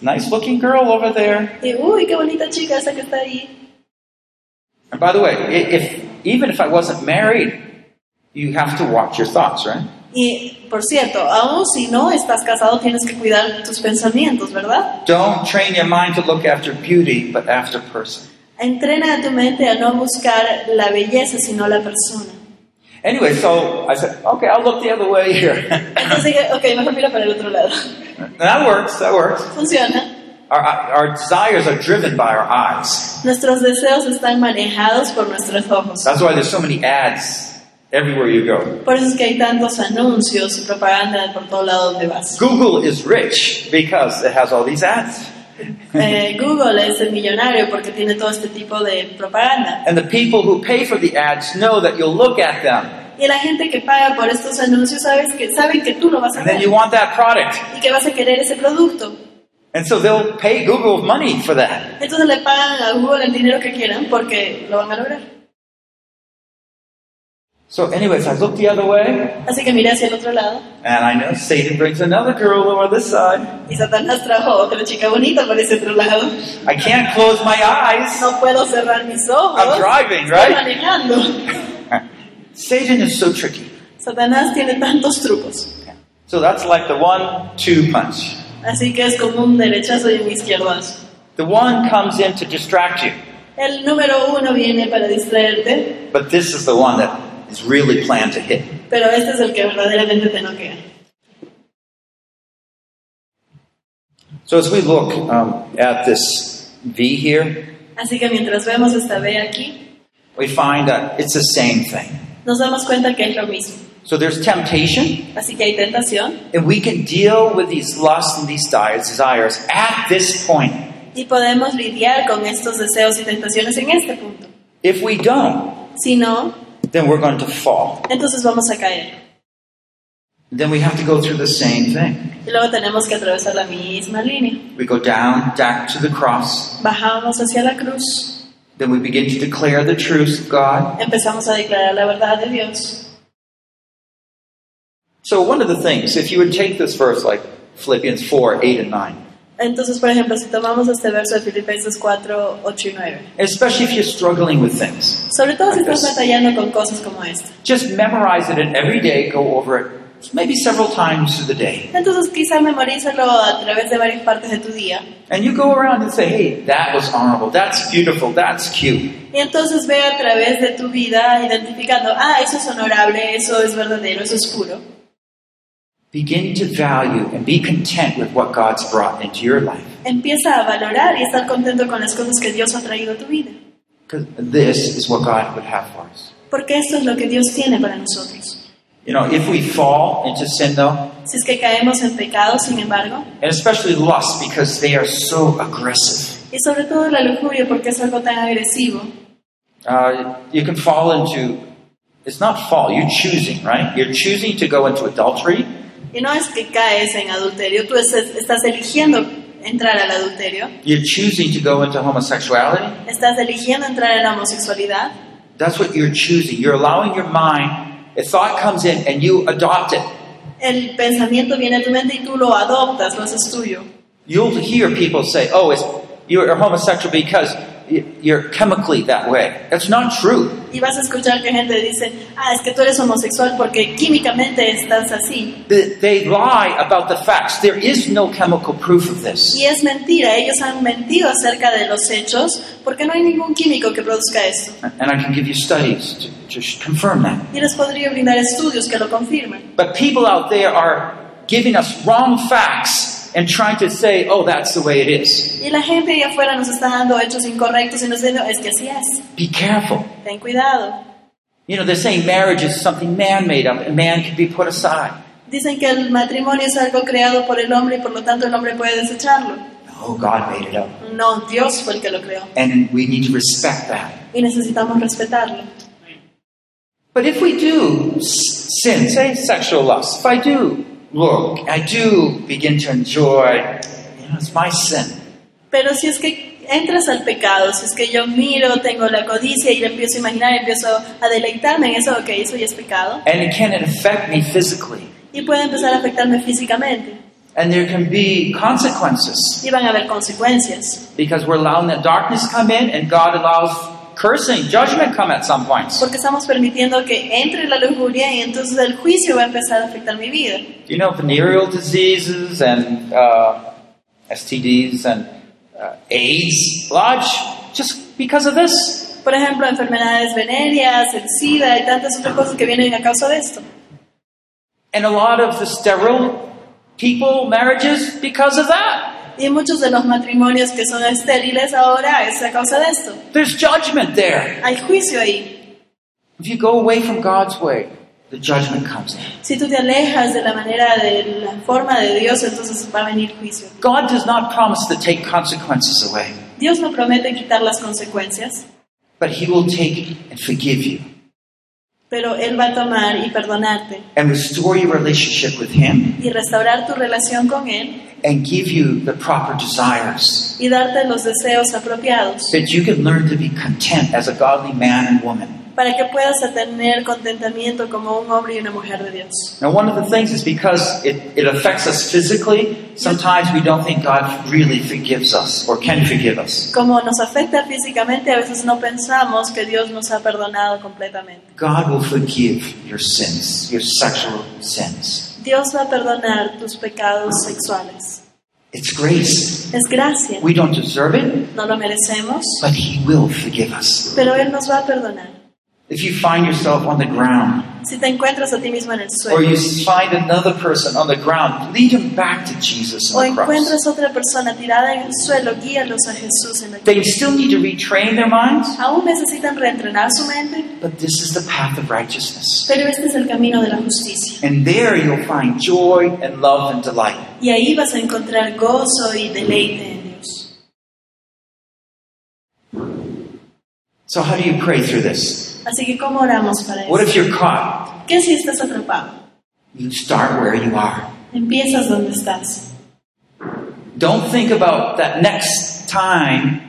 S3: nice looking girl over there.
S2: Y, uy, qué bonita chica esa que está ahí.
S3: And by the way, i- if even if I wasn't married, you have to watch your thoughts, right?
S2: Y, por cierto, aún si no estás casado, tienes que cuidar tus pensamientos, ¿verdad?
S3: Don't train your mind to look after beauty, but after person.
S2: Entrena a tu mente a no buscar la belleza, sino la persona.
S3: Anyway, so I said, okay, I'll look the other way here.
S2: Entonces dije, ok, mejor mira para el otro lado.
S3: and that works, that works.
S2: Funciona.
S3: Our, our desires are driven by our eyes.
S2: Nuestros deseos están manejados por nuestros ojos.
S3: That's why there's so many ads everywhere you go.
S2: Por eso es que hay tantos anuncios y propaganda por todo lado donde vas.
S3: Google is rich because it has all these ads.
S2: Eh, Google es el millonario porque tiene todo este tipo de propaganda.
S3: And the people who pay for the ads know that you'll look at them.
S2: Y la gente que paga por estos anuncios sabes que, saben que tú lo vas a
S3: And then
S2: ver
S3: you want that product.
S2: y que vas a querer ese producto.
S3: And so they'll pay Google money for that.
S2: Entonces le pagan a Google el dinero que quieran porque lo van a lograr.
S3: So, anyways, I looked the other way,
S2: Así que miré hacia el otro lado
S3: and I know Satan brings another girl over this side.
S2: y Satanás trajo a otra chica bonita por ese otro lado.
S3: I can't close my eyes.
S2: No puedo cerrar mis ojos.
S3: I'm driving,
S2: Estoy
S3: right?
S2: manejando.
S3: Satan is so tricky.
S2: Satanás tiene tantos trucos.
S3: So that's like the one two punch.
S2: Así que es como un derechazo y un izquierdazo.
S3: The one comes in to distract you,
S2: El número uno viene para distraerte,
S3: but this is the one that is really planned to hit.
S2: pero este es el que verdaderamente te noquea.
S3: So as we look um, at this V here,
S2: Así que mientras vemos esta B aquí,
S3: we find that it's the same thing.
S2: nos damos cuenta que es lo mismo.
S3: So there's temptation,
S2: Así que hay tentación
S3: and we can deal with these lusts and these desires at this point.
S2: y podemos lidiar con estos deseos y tentaciones en este punto.
S3: If we don't,
S2: Si no,
S3: then we're going to fall.
S2: entonces vamos a caer.
S3: Then we have to go through the same thing.
S2: Y luego tenemos que atravesar la misma línea.
S3: We go down, back to the cross.
S2: Bajamos hacia la cruz,
S3: Then we begin to declare the truth of God.
S2: empezamos a declarar la verdad de Dios.
S3: So one of the things, if you would take this verse like Philippians 4, 8 and 9,
S2: Entonces, por ejemplo, si tomamos este verso de Filipenses 4, 8 y 9,
S3: especially if you're struggling with things,
S2: sobre todo si estás batallando con cosas como esta.
S3: just memorize it and every day go over it, maybe several times through the day.
S2: Entonces quizás memorízalo a través de varias partes de tu día.
S3: And you go around and say, hey, that was honorable, that's beautiful, that's cute.
S2: Y entonces ve a través de tu vida identificando, ah, eso es honorable, eso es verdadero, eso es puro.
S3: Begin to value and be content with what God's brought into your life.
S2: Empieza a valorar y estar contento con las cosas que Dios ha traído a tu vida.
S3: Because this is what God would have for us.
S2: Porque esto es lo que Dios tiene para nosotros.
S3: You know, if we fall into sin, though,
S2: Si es que caemos en pecado, sin embargo,
S3: and especially lust, because they are so aggressive,
S2: y sobre todo la lujuria porque es algo tan agresivo,
S3: uh, you can fall into. It's not fall, you're choosing, right? You're choosing to go into adultery,
S2: y no es que caes en adulterio, tú es- estás eligiendo entrar al adulterio,
S3: you're choosing to go into homosexuality.
S2: estás eligiendo entrar en la homosexualidad,
S3: That's what you're choosing. You're allowing your mind, a thought comes in, and you adopt it.
S2: El pensamiento viene a tu mente y tú lo adoptas, lo haces tuyo.
S3: You'll hear people say, oh, it's, you're homosexual because y- you're chemically that way. That's not true.
S2: Y vas a escuchar que gente dice, ah, es que tú eres homosexual porque químicamente estás así.
S3: They they lie about the facts. There is no chemical proof of this.
S2: Y es mentira, ellos han mentido acerca de los hechos porque no hay ningún químico que produzca esto.
S3: And I can give you studies to, to sh- confirm that.
S2: Y les podría brindar estudios que lo confirmen.
S3: But people out there are giving us wrong facts and trying to say, oh, that's the way it is.
S2: Y la gente ahí afuera nos está dando hechos incorrectos y nos diciendo, es que así es,
S3: Be careful.
S2: ten cuidado.
S3: You know, they're saying marriage is something man made up and man can be put aside.
S2: Dicen que el matrimonio es algo creado por el hombre y por lo tanto el hombre puede desecharlo.
S3: No, God made it up.
S2: No, Dios fue el que lo creó
S3: And we need to respect that.
S2: y necesitamos respetarlo.
S3: But if we do s- sin, say sexual lust, if I do look, I do begin to enjoy, you know, it's my sin.
S2: Pero si es que entras al pecado, si es que yo miro, tengo la codicia y le empiezo a imaginar, empiezo a deleitarme en eso, ok, eso ya es pecado,
S3: and it can affect me physically.
S2: y puede empezar a afectarme físicamente,
S3: And there can be consequences
S2: y van a haber consecuencias,
S3: because we're allowing the darkness come in, and God allows cursing, judgment come at some points.
S2: porque estamos permitiendo que entre la lujuria y entonces el juicio va a empezar a afectar mi vida.
S3: You know, venereal diseases and uh, STDs and uh, AIDS, large, just because of this.
S2: Por ejemplo, enfermedades venéreas, el SIDA y tantas otras cosas que vienen a causa de esto.
S3: And a lot of the sterile people, marriages, because of that.
S2: Y muchos de los matrimonios que son estériles ahora es a causa de esto.
S3: There's judgment there.
S2: Hay juicio ahí.
S3: If you go away from God's way, the judgment comes in.
S2: Si tú te alejas de la manera, de la forma de Dios, entonces va a venir juicio.
S3: God does not promise to take consequences away,
S2: Dios no promete quitar las consecuencias,
S3: but He will take and forgive you.
S2: pero Él va a tomar y perdonarte
S3: and restore your relationship with Him
S2: y restaurar tu relación con Él
S3: and give you the proper desires
S2: y darte los deseos apropiados
S3: that you can learn to be content as a godly man and woman.
S2: para que puedas tener contentamiento como un hombre y una mujer de Dios.
S3: Now, one of the things is because it, it affects us physically, sometimes we don't think God really forgives us or can forgive us.
S2: Como nos afecta físicamente, a veces no pensamos que Dios nos ha perdonado completamente.
S3: God will forgive your sins, your sexual sins.
S2: Dios va a perdonar tus pecados sexuales.
S3: It's grace.
S2: Es gracia,
S3: We don't deserve it,
S2: no lo merecemos,
S3: but He will forgive us.
S2: pero Él nos va a perdonar.
S3: If you find yourself on the ground,
S2: Si te encuentras a ti mismo en el
S3: or you
S2: suelo
S3: find another person on the ground, lead him back to Jesus
S2: o
S3: on the cross.
S2: encuentras otra persona tirada en el suelo, guíalos a Jesús en la cruz.
S3: They still need to retrain their minds,
S2: Aún necesitan reentrenar su mente,
S3: but this is the path of righteousness.
S2: pero este es el camino de la justicia.
S3: And there you'll find joy and love and delight.
S2: Y ahí vas a encontrar gozo y deleite en Dios.
S3: So, how do you pray through this?
S2: Así que, ¿cómo oramos para
S3: What
S2: eso?
S3: if you're caught?
S2: ¿Qué si estás atrapado?
S3: You start where you are.
S2: Empiezas donde estás.
S3: Don't think about that next time.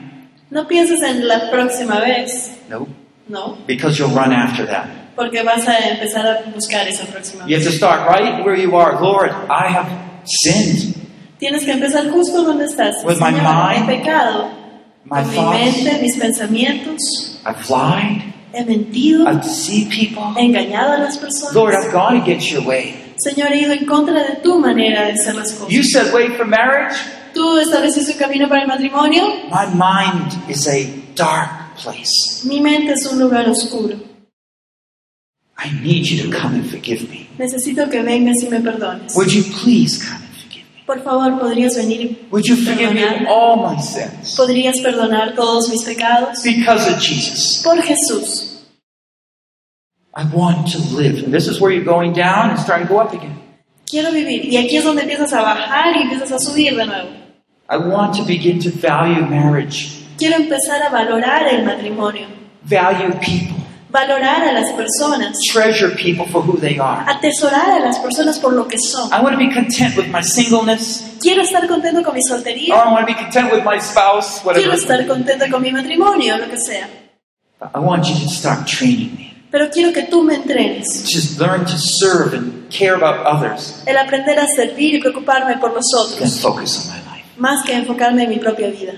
S2: No pienses en la próxima vez,
S3: Nope.
S2: ¿no?
S3: Because you'll run after that.
S2: Porque vas a empezar a buscar esa próxima
S3: You
S2: vez.
S3: have to start right where you are. Lord, I have sinned.
S2: Tienes que empezar justo donde estás.
S3: With my
S2: Señor,
S3: mind,
S2: he pecado.
S3: Pues My
S2: con mi mente,
S3: thoughts,
S2: mis pensamientos.
S3: I've lied,
S2: He mentido.
S3: I've deceived people.
S2: He engañado a las personas.
S3: Lord, I've gone against your way.
S2: Señor, he ido en contra de tu manera de hacer las cosas.
S3: You said wait for marriage.
S2: Tú estableciste un camino para el matrimonio.
S3: My mind is a dark place.
S2: Mi mente es un lugar oscuro.
S3: I need you to come and forgive me.
S2: Necesito que vengas y me perdones.
S3: Would you please come and forgive me?
S2: Por favor, ¿podrías venir y
S3: Would you forgive me of all my sins?
S2: podrías perdonar todos mis pecados?
S3: Because of Jesus.
S2: Por Jesús.
S3: I want to live. And this is where you're going down and starting to go up again.
S2: Quiero vivir. Y aquí es donde empiezas a bajar y empiezas a subir de nuevo.
S3: I want to begin to value marriage,
S2: Quiero empezar a valorar el matrimonio,
S3: value people,
S2: valorar a las personas,
S3: treasure people for who they are.
S2: atesorar a las personas por lo que son.
S3: I want to be content with my singleness,
S2: Quiero estar contento con mi
S3: or
S2: soltería,
S3: I want to be content with my spouse,
S2: quiero
S3: whatever.
S2: estar contento con mi matrimonio, lo que sea.
S3: I want you to start training me.
S2: Pero quiero que tú me entrenes.
S3: Just learn to serve and care about others
S2: El aprender a servir y preocuparme por los
S3: and
S2: otros,
S3: focus on my life.
S2: más que enfocarme en mi propia vida.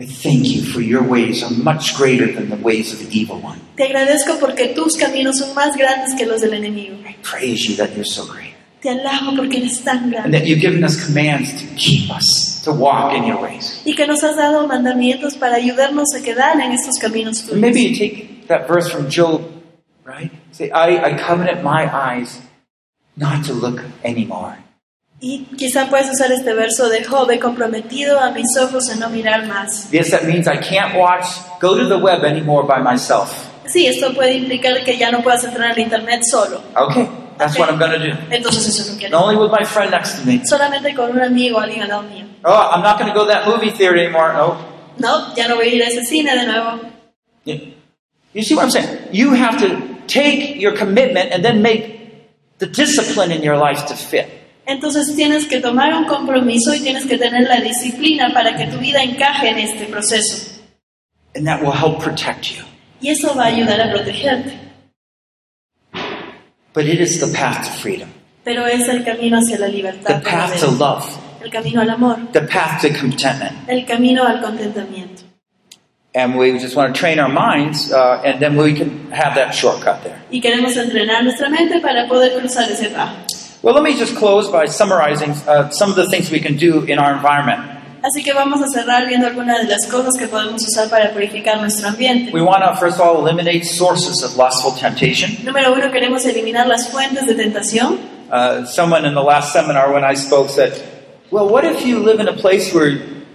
S3: I thank you for your ways are much greater than the ways of the evil one.
S2: Te agradezco porque tus caminos son más grandes que los del enemigo.
S3: I praise you that you're so great
S2: Te alabo porque eres tan
S3: and
S2: grande
S3: that you've given us commands to keep us, to walk in your ways.
S2: y que nos has dado mandamientos para ayudarnos a quedar en estos caminos tuyos.
S3: Maybe you take that verse from Job, right? Say, I, I covenant my eyes not to look anymore.
S2: Y quizá puedes usar este verso de Job, he comprometido a mis ojos a no mirar más.
S3: Yes, that means I can't watch, go to the web anymore by myself.
S2: Sí, esto puede implicar que ya no puedas entrar al internet solo.
S3: Okay, that's what I'm going to do.
S2: Entonces eso es lo que
S3: And
S2: haré.
S3: only with my friend next to me.
S2: Solamente con un amigo, alguien al lado mío.
S3: Oh, I'm not going to go to that movie theater anymore. No,
S2: No, ya no voy a ir a ese cine de nuevo.
S3: Yeah. You see what I'm saying? You have to take your commitment and then make the discipline in your life to fit.
S2: Entonces tienes que tomar un compromiso y tienes que tener la disciplina para que tu vida encaje en este proceso.
S3: And that will help protect you.
S2: Y eso va a ayudar a protegerte.
S3: But it is the path to freedom,
S2: Pero es el camino hacia la libertad,
S3: the path to
S2: verdadera,
S3: love,
S2: el camino al amor,
S3: the path to contentment.
S2: el camino al contentamiento.
S3: And we just want to train our minds, uh, and then we can have that shortcut there.
S2: Y queremos entrenar nuestra mente para poder cruzar ese bajo.
S3: Well, let me just close by summarizing uh, some of the things we can do in our environment.
S2: Así que vamos a cerrar viendo algunas de las cosas que podemos usar para purificar nuestro ambiente.
S3: We want to, first of all, eliminate sources of lustful temptation.
S2: Número uno, queremos eliminar las fuentes de tentación.
S3: Uh, someone in the last seminar when I spoke said, Well, what if you live in a place where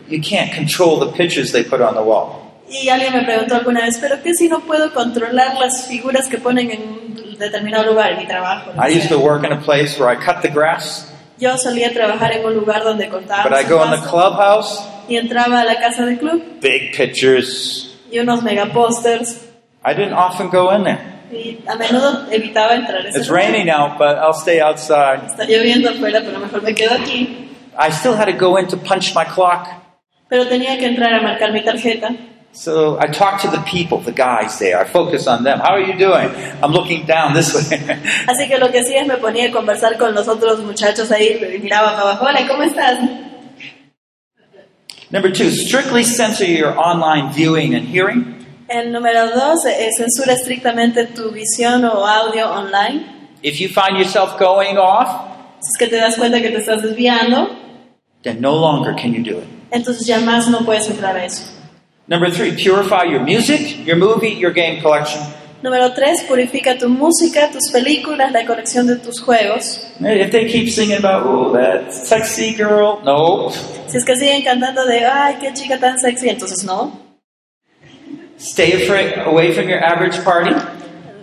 S3: you can't control the pictures they put on the wall?
S2: Y alguien me preguntó alguna vez, ¿pero qué si no puedo controlar las figuras que ponen en un determinado lugar, en mi trabajo? no
S3: I
S2: sé?
S3: used to work in a place where I cut the grass,
S2: Yo solía trabajar en un lugar donde cortábamos
S3: but I
S2: el
S3: go in the
S2: pasto
S3: clubhouse,
S2: y entraba a la casa del club
S3: big pictures.
S2: y unos megapósters.
S3: I didn't often go in there.
S2: Y a menudo evitaba entrar. Ese
S3: It's raining out, but I'll stay outside.
S2: Está lloviendo afuera, pero mejor me quedo aquí.
S3: I still had to go in to punch my clock.
S2: Pero tenía que entrar a marcar mi tarjeta.
S3: So I talked to the people, the guys there. I focus on them. How are you doing? I'm looking down this way.
S2: Así que lo que hacía es me ponía a conversar con los otros muchachos ahí, y miraba para abajo, hola, ¿cómo estás?
S3: Number two, strictly censor your online viewing and hearing.
S2: El número dos es censura estrictamente tu visión o audio online.
S3: If you find yourself going off,
S2: Si es que te das cuenta que te estás desviando,
S3: then no longer can you do it.
S2: entonces ya más no puedes entrar a eso.
S3: Number three, purify your music, your movie, your game collection.
S2: Número tres, purifica tu música, tus películas, la colección de tus juegos.
S3: If they keep singing about, oh, that sexy girl, no.
S2: Si es que siguen cantando de, ay, qué chica tan sexy, entonces no.
S3: Stay afra- away from your average party.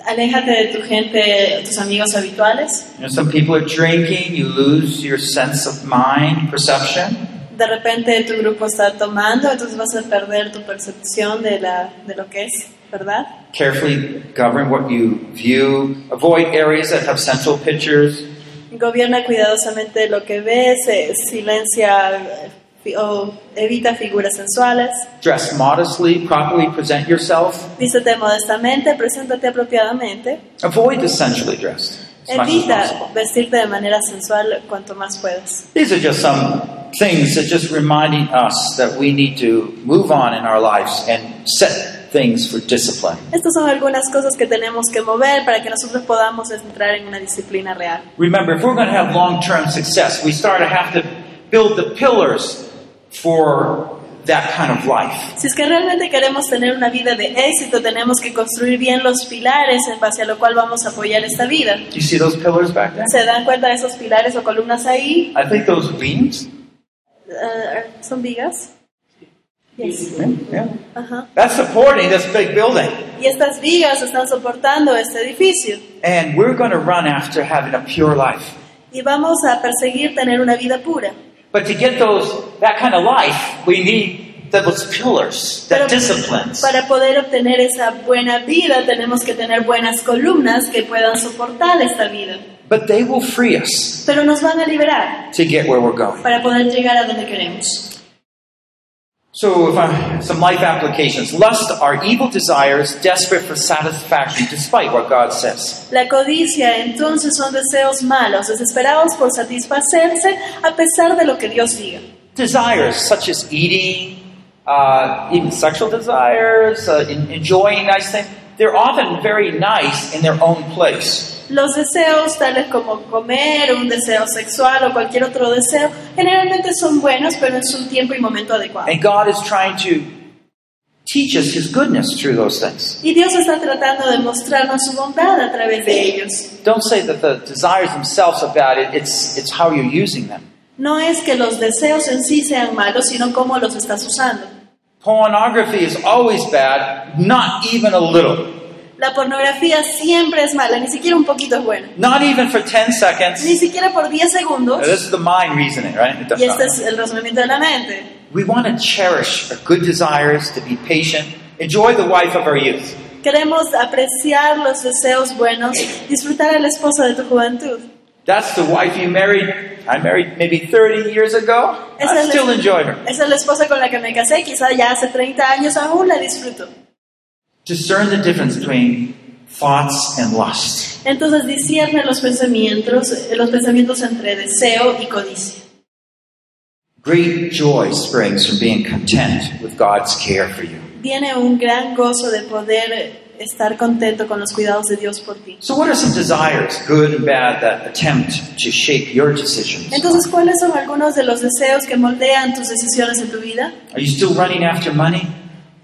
S2: Aléjate de tu gente, tus amigos habituales.
S3: You know, some people are drinking, you lose your sense of mind, perception.
S2: De repente tu grupo está tomando, entonces vas a perder tu percepción de, la, de lo que es, ¿verdad?
S3: Carefully govern what you view. Avoid areas that have central pictures.
S2: Gobierna cuidadosamente lo que ves, eh, silencia eh, fi- o evita figuras sensuales.
S3: Dress modestly, properly present yourself.
S2: Vístete modestamente, preséntate apropiadamente.
S3: Avoid the sensually dressed as much as
S2: Evita
S3: possible.
S2: vestirte de manera sensual cuanto más puedas.
S3: These are just some things that just reminding us that we need to move on in our lives and set things for discipline.
S2: Estas son algunas cosas que tenemos que mover para que nosotros podamos entrar en una disciplina real.
S3: Remember, if we're going to have long term success, we start to have to build the pillars for that kind of life.
S2: Si es que realmente queremos tener una vida de éxito, tenemos que construir bien los pilares en base a lo cual vamos a apoyar esta vida.
S3: Do you see those pillars back there?
S2: ¿Se dan cuenta de esos pilares o columnas ahí?
S3: I think those beams.
S2: Eh, ¿Son vigas? Yes.
S3: Yeah, yeah.
S2: Ajá.
S3: That's supporting this big building.
S2: Y estas vigas están soportando este edificio.
S3: And we're going to run after having a pure life.
S2: Y vamos a perseguir tener una vida pura.
S3: But to get those that kind of life, we need those pillars, that disciplines.
S2: para poder obtener esa buena vida tenemos que tener buenas columnas que puedan soportar esta vida.
S3: But they will free us
S2: Pero nos van a liberar
S3: to get where we're going.
S2: para poder llegar a donde queremos.
S3: So, if I, some life applications. Lust are evil desires desperate for satisfaction despite what God says.
S2: La codicia entonces son deseos malos, desesperados por satisfacerse a pesar de lo que Dios diga.
S3: Desires such as eating, uh, even sexual desires, uh, in, enjoying nice things, they're often very nice in their own place.
S2: Los deseos tales como comer, un deseo sexual o cualquier otro deseo, generalmente son buenos, pero en su tiempo y momento adecuado.
S3: And God is trying to teach us His goodness through those things.
S2: Y Dios está tratando de mostrarnos su bondad a través de ellos.
S3: Don't say that the desires themselves are bad, it, it's, it's how you're using them.
S2: No es que los deseos en sí sean malos, sino cómo los estás usando.
S3: Pornography is always bad, not even a little.
S2: La pornografía siempre es mala, ni siquiera un poquito es buena.
S3: Not even for 10 seconds.
S2: Ni siquiera por 10
S3: Now,
S2: segundos.
S3: this is the mind reasoning, right? It does
S2: Y
S3: not-
S2: este es el razonamiento de la mente.
S3: We want to cherish our good desires, to be patient, enjoy the wife of our youth.
S2: Queremos apreciar los deseos buenos, disfrutar a la esposa de tu juventud.
S3: That's the wife you married. I married maybe 30 years ago.
S2: Esa
S3: I
S2: es,
S3: still
S2: la,
S3: enjoy her.
S2: esa es la esposa con la que me casé, quizá ya hace 30 años aún la disfruto.
S3: Discern the difference between thoughts and lust.
S2: Entonces discierne los pensamientos, eh, los pensamientos entre deseo y codicia.
S3: Great joy springs from being content with God's care for you.
S2: Viene un gran gozo de poder estar contento con los cuidados de Dios por ti.
S3: So, what are some desires, good and bad, that attempt to shape your decisions?
S2: Entonces, ¿cuáles son algunos de los deseos que moldean tus decisiones en tu vida?
S3: Are you still running after money?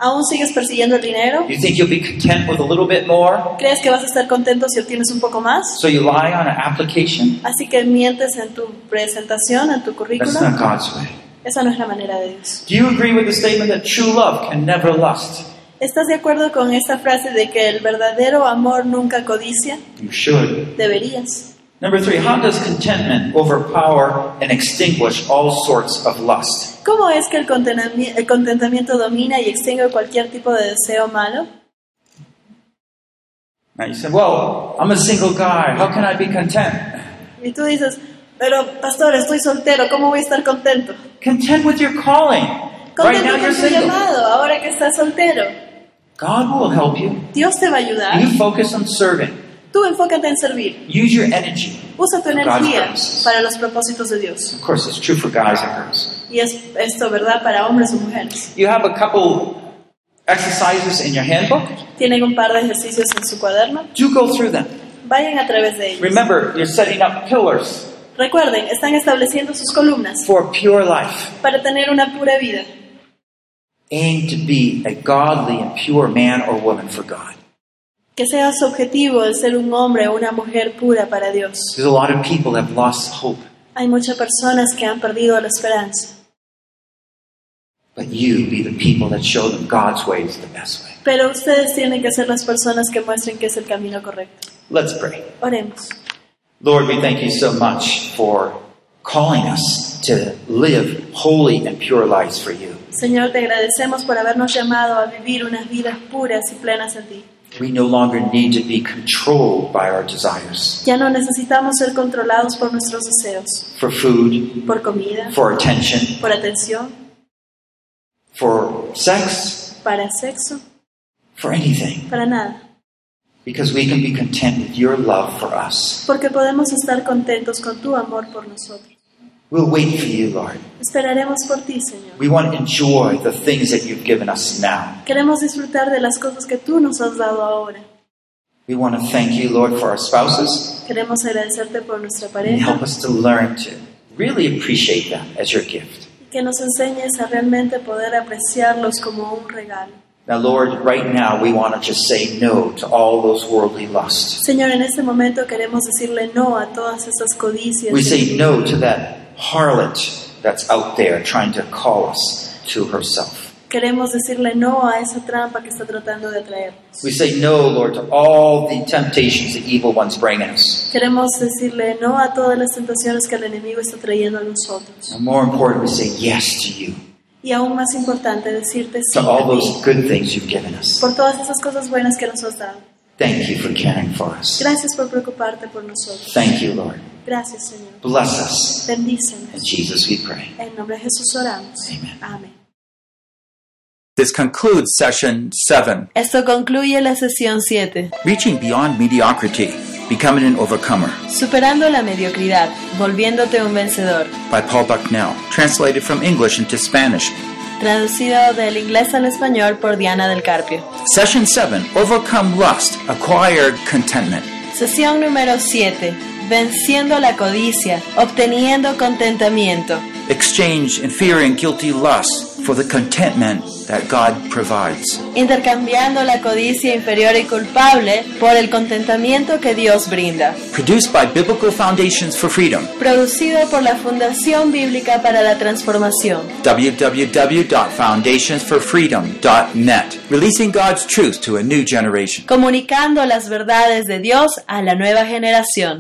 S2: ¿Aún sigues persiguiendo el dinero?
S3: You think you'll be content with a little bit more?
S2: ¿Crees que vas a estar contento si obtienes un poco más?
S3: So you lie on an application?
S2: Así que mientes en tu presentación, en tu
S3: That's not
S2: currículum.
S3: God's way.
S2: Esa no es la manera de Dios.
S3: Do you agree with the statement that true love can never lust?
S2: ¿Estás de acuerdo con esta frase de que el verdadero amor nunca codicia?
S3: You should.
S2: Deberías.
S3: Number three, how does contentment overpower and extinguish all sorts of lust?
S2: ¿Cómo es que el, contenami- el contentamiento domina y extingue cualquier tipo de deseo malo?
S3: Now you say, well, I'm a single guy. How can I be content?
S2: Y tú dices, pero pastor, estoy soltero, ¿cómo voy a estar contento?
S3: Content with your calling. Right
S2: Contento
S3: now you're
S2: con tu
S3: single.
S2: llamado, ahora que estás soltero.
S3: God will help you.
S2: Dios te va a ayudar.
S3: You focus on serving.
S2: Tú enfócate en servir.
S3: Use your energy.
S2: Usa tu
S3: God's
S2: energía
S3: purposes.
S2: para los propósitos de Dios.
S3: Of course, it's true for guys and girls.
S2: Y es esto, ¿verdad? Para hombres o mujeres.
S3: You have a couple exercises in your handbook.
S2: Tienen un par de ejercicios en su cuaderno.
S3: Do go through them.
S2: Vayan a través de ellos.
S3: Remember, you're setting up pillars
S2: Recuerden, están estableciendo sus columnas
S3: for a pure life.
S2: para tener una pura vida.
S3: Aim to be a godly and pure man or woman for God.
S2: Que sea su objetivo el ser un hombre o una mujer pura para Dios.
S3: There's a lot of people that have lost hope,
S2: Hay muchas personas que han perdido la esperanza,
S3: but you be the people that show them God's way is the best way.
S2: pero ustedes tienen que ser las personas que muestren que es el camino correcto.
S3: Let's pray.
S2: Oremos.
S3: Lord, we thank you so much for calling us to live holy and pure lives for you.
S2: Señor, te agradecemos por habernos llamado a vivir unas vidas puras y plenas en ti.
S3: We no longer need to be controlled by our desires
S2: Ya no necesitamos ser controlados por nuestros deseos,
S3: for food,
S2: por comida,
S3: for attention,
S2: por atención,
S3: for sex,
S2: para sexo,
S3: for anything.
S2: para nada,
S3: Because we can be content with your love for us.
S2: porque podemos estar contentos con tu amor por nosotros.
S3: We'll wait for you, Lord.
S2: Esperaremos por ti, Señor.
S3: We want to enjoy the things that you've given us now.
S2: Queremos disfrutar de las cosas que tú nos has dado ahora.
S3: We want to thank you, Lord, for our spouses
S2: Queremos agradecerte por nuestra
S3: and help
S2: pareja
S3: us to learn to really appreciate them as your gift.
S2: y que nos enseñes a realmente poder apreciarlos como un regalo.
S3: Now, Lord, right now we want to just say no to all those worldly lusts.
S2: Señor, en este momento queremos decirle no a todas esas codicias.
S3: We say no to that harlot that's out there trying to call us to herself.
S2: Queremos decirle no a esa trampa que está tratando de atraernos.
S3: We say no, Lord, to all the temptations the evil one's bringing us.
S2: Queremos decirle no a todas las tentaciones que el enemigo está trayendo a nosotros.
S3: And more important, we say yes to you,
S2: Y aún más importante, decirte sí
S3: to all
S2: a
S3: those
S2: ti
S3: good things you've given us.
S2: por todas esas cosas buenas que nos has dado.
S3: Thank you for caring for us.
S2: Gracias por preocuparte por nosotros.
S3: Thank you, Lord.
S2: Gracias, Señor.
S3: Bless us. In
S2: Bendícenos.
S3: Jesus we pray.
S2: En nombre de Jesús oramos.
S3: Amén.
S2: Amén.
S1: This concludes session 7
S4: Esto concluye la sesión 7,
S1: Reaching Beyond Mediocrity Becoming an Overcomer
S4: Superando la mediocridad, volviéndote un vencedor,
S1: by Paul Bucknell, translated from English into Spanish.
S4: traducido del inglés al español por Diana del Carpio.
S1: Session 7 Overcome Lust, Acquire Contentment.
S4: Sesión número 7, venciendo la codicia, obteniendo contentamiento,
S1: Exchange inferior and guilty lust for the contentment that God provides.
S4: intercambiando la codicia inferior y culpable por el contentamiento que Dios brinda.
S1: Produced by Biblical Foundations for Freedom,
S4: Producido por la Fundación Bíblica para la Transformación.
S1: www.foundationsforfreedom.net, releasing God's truth to a new generation.
S4: comunicando las verdades de Dios a la nueva generación.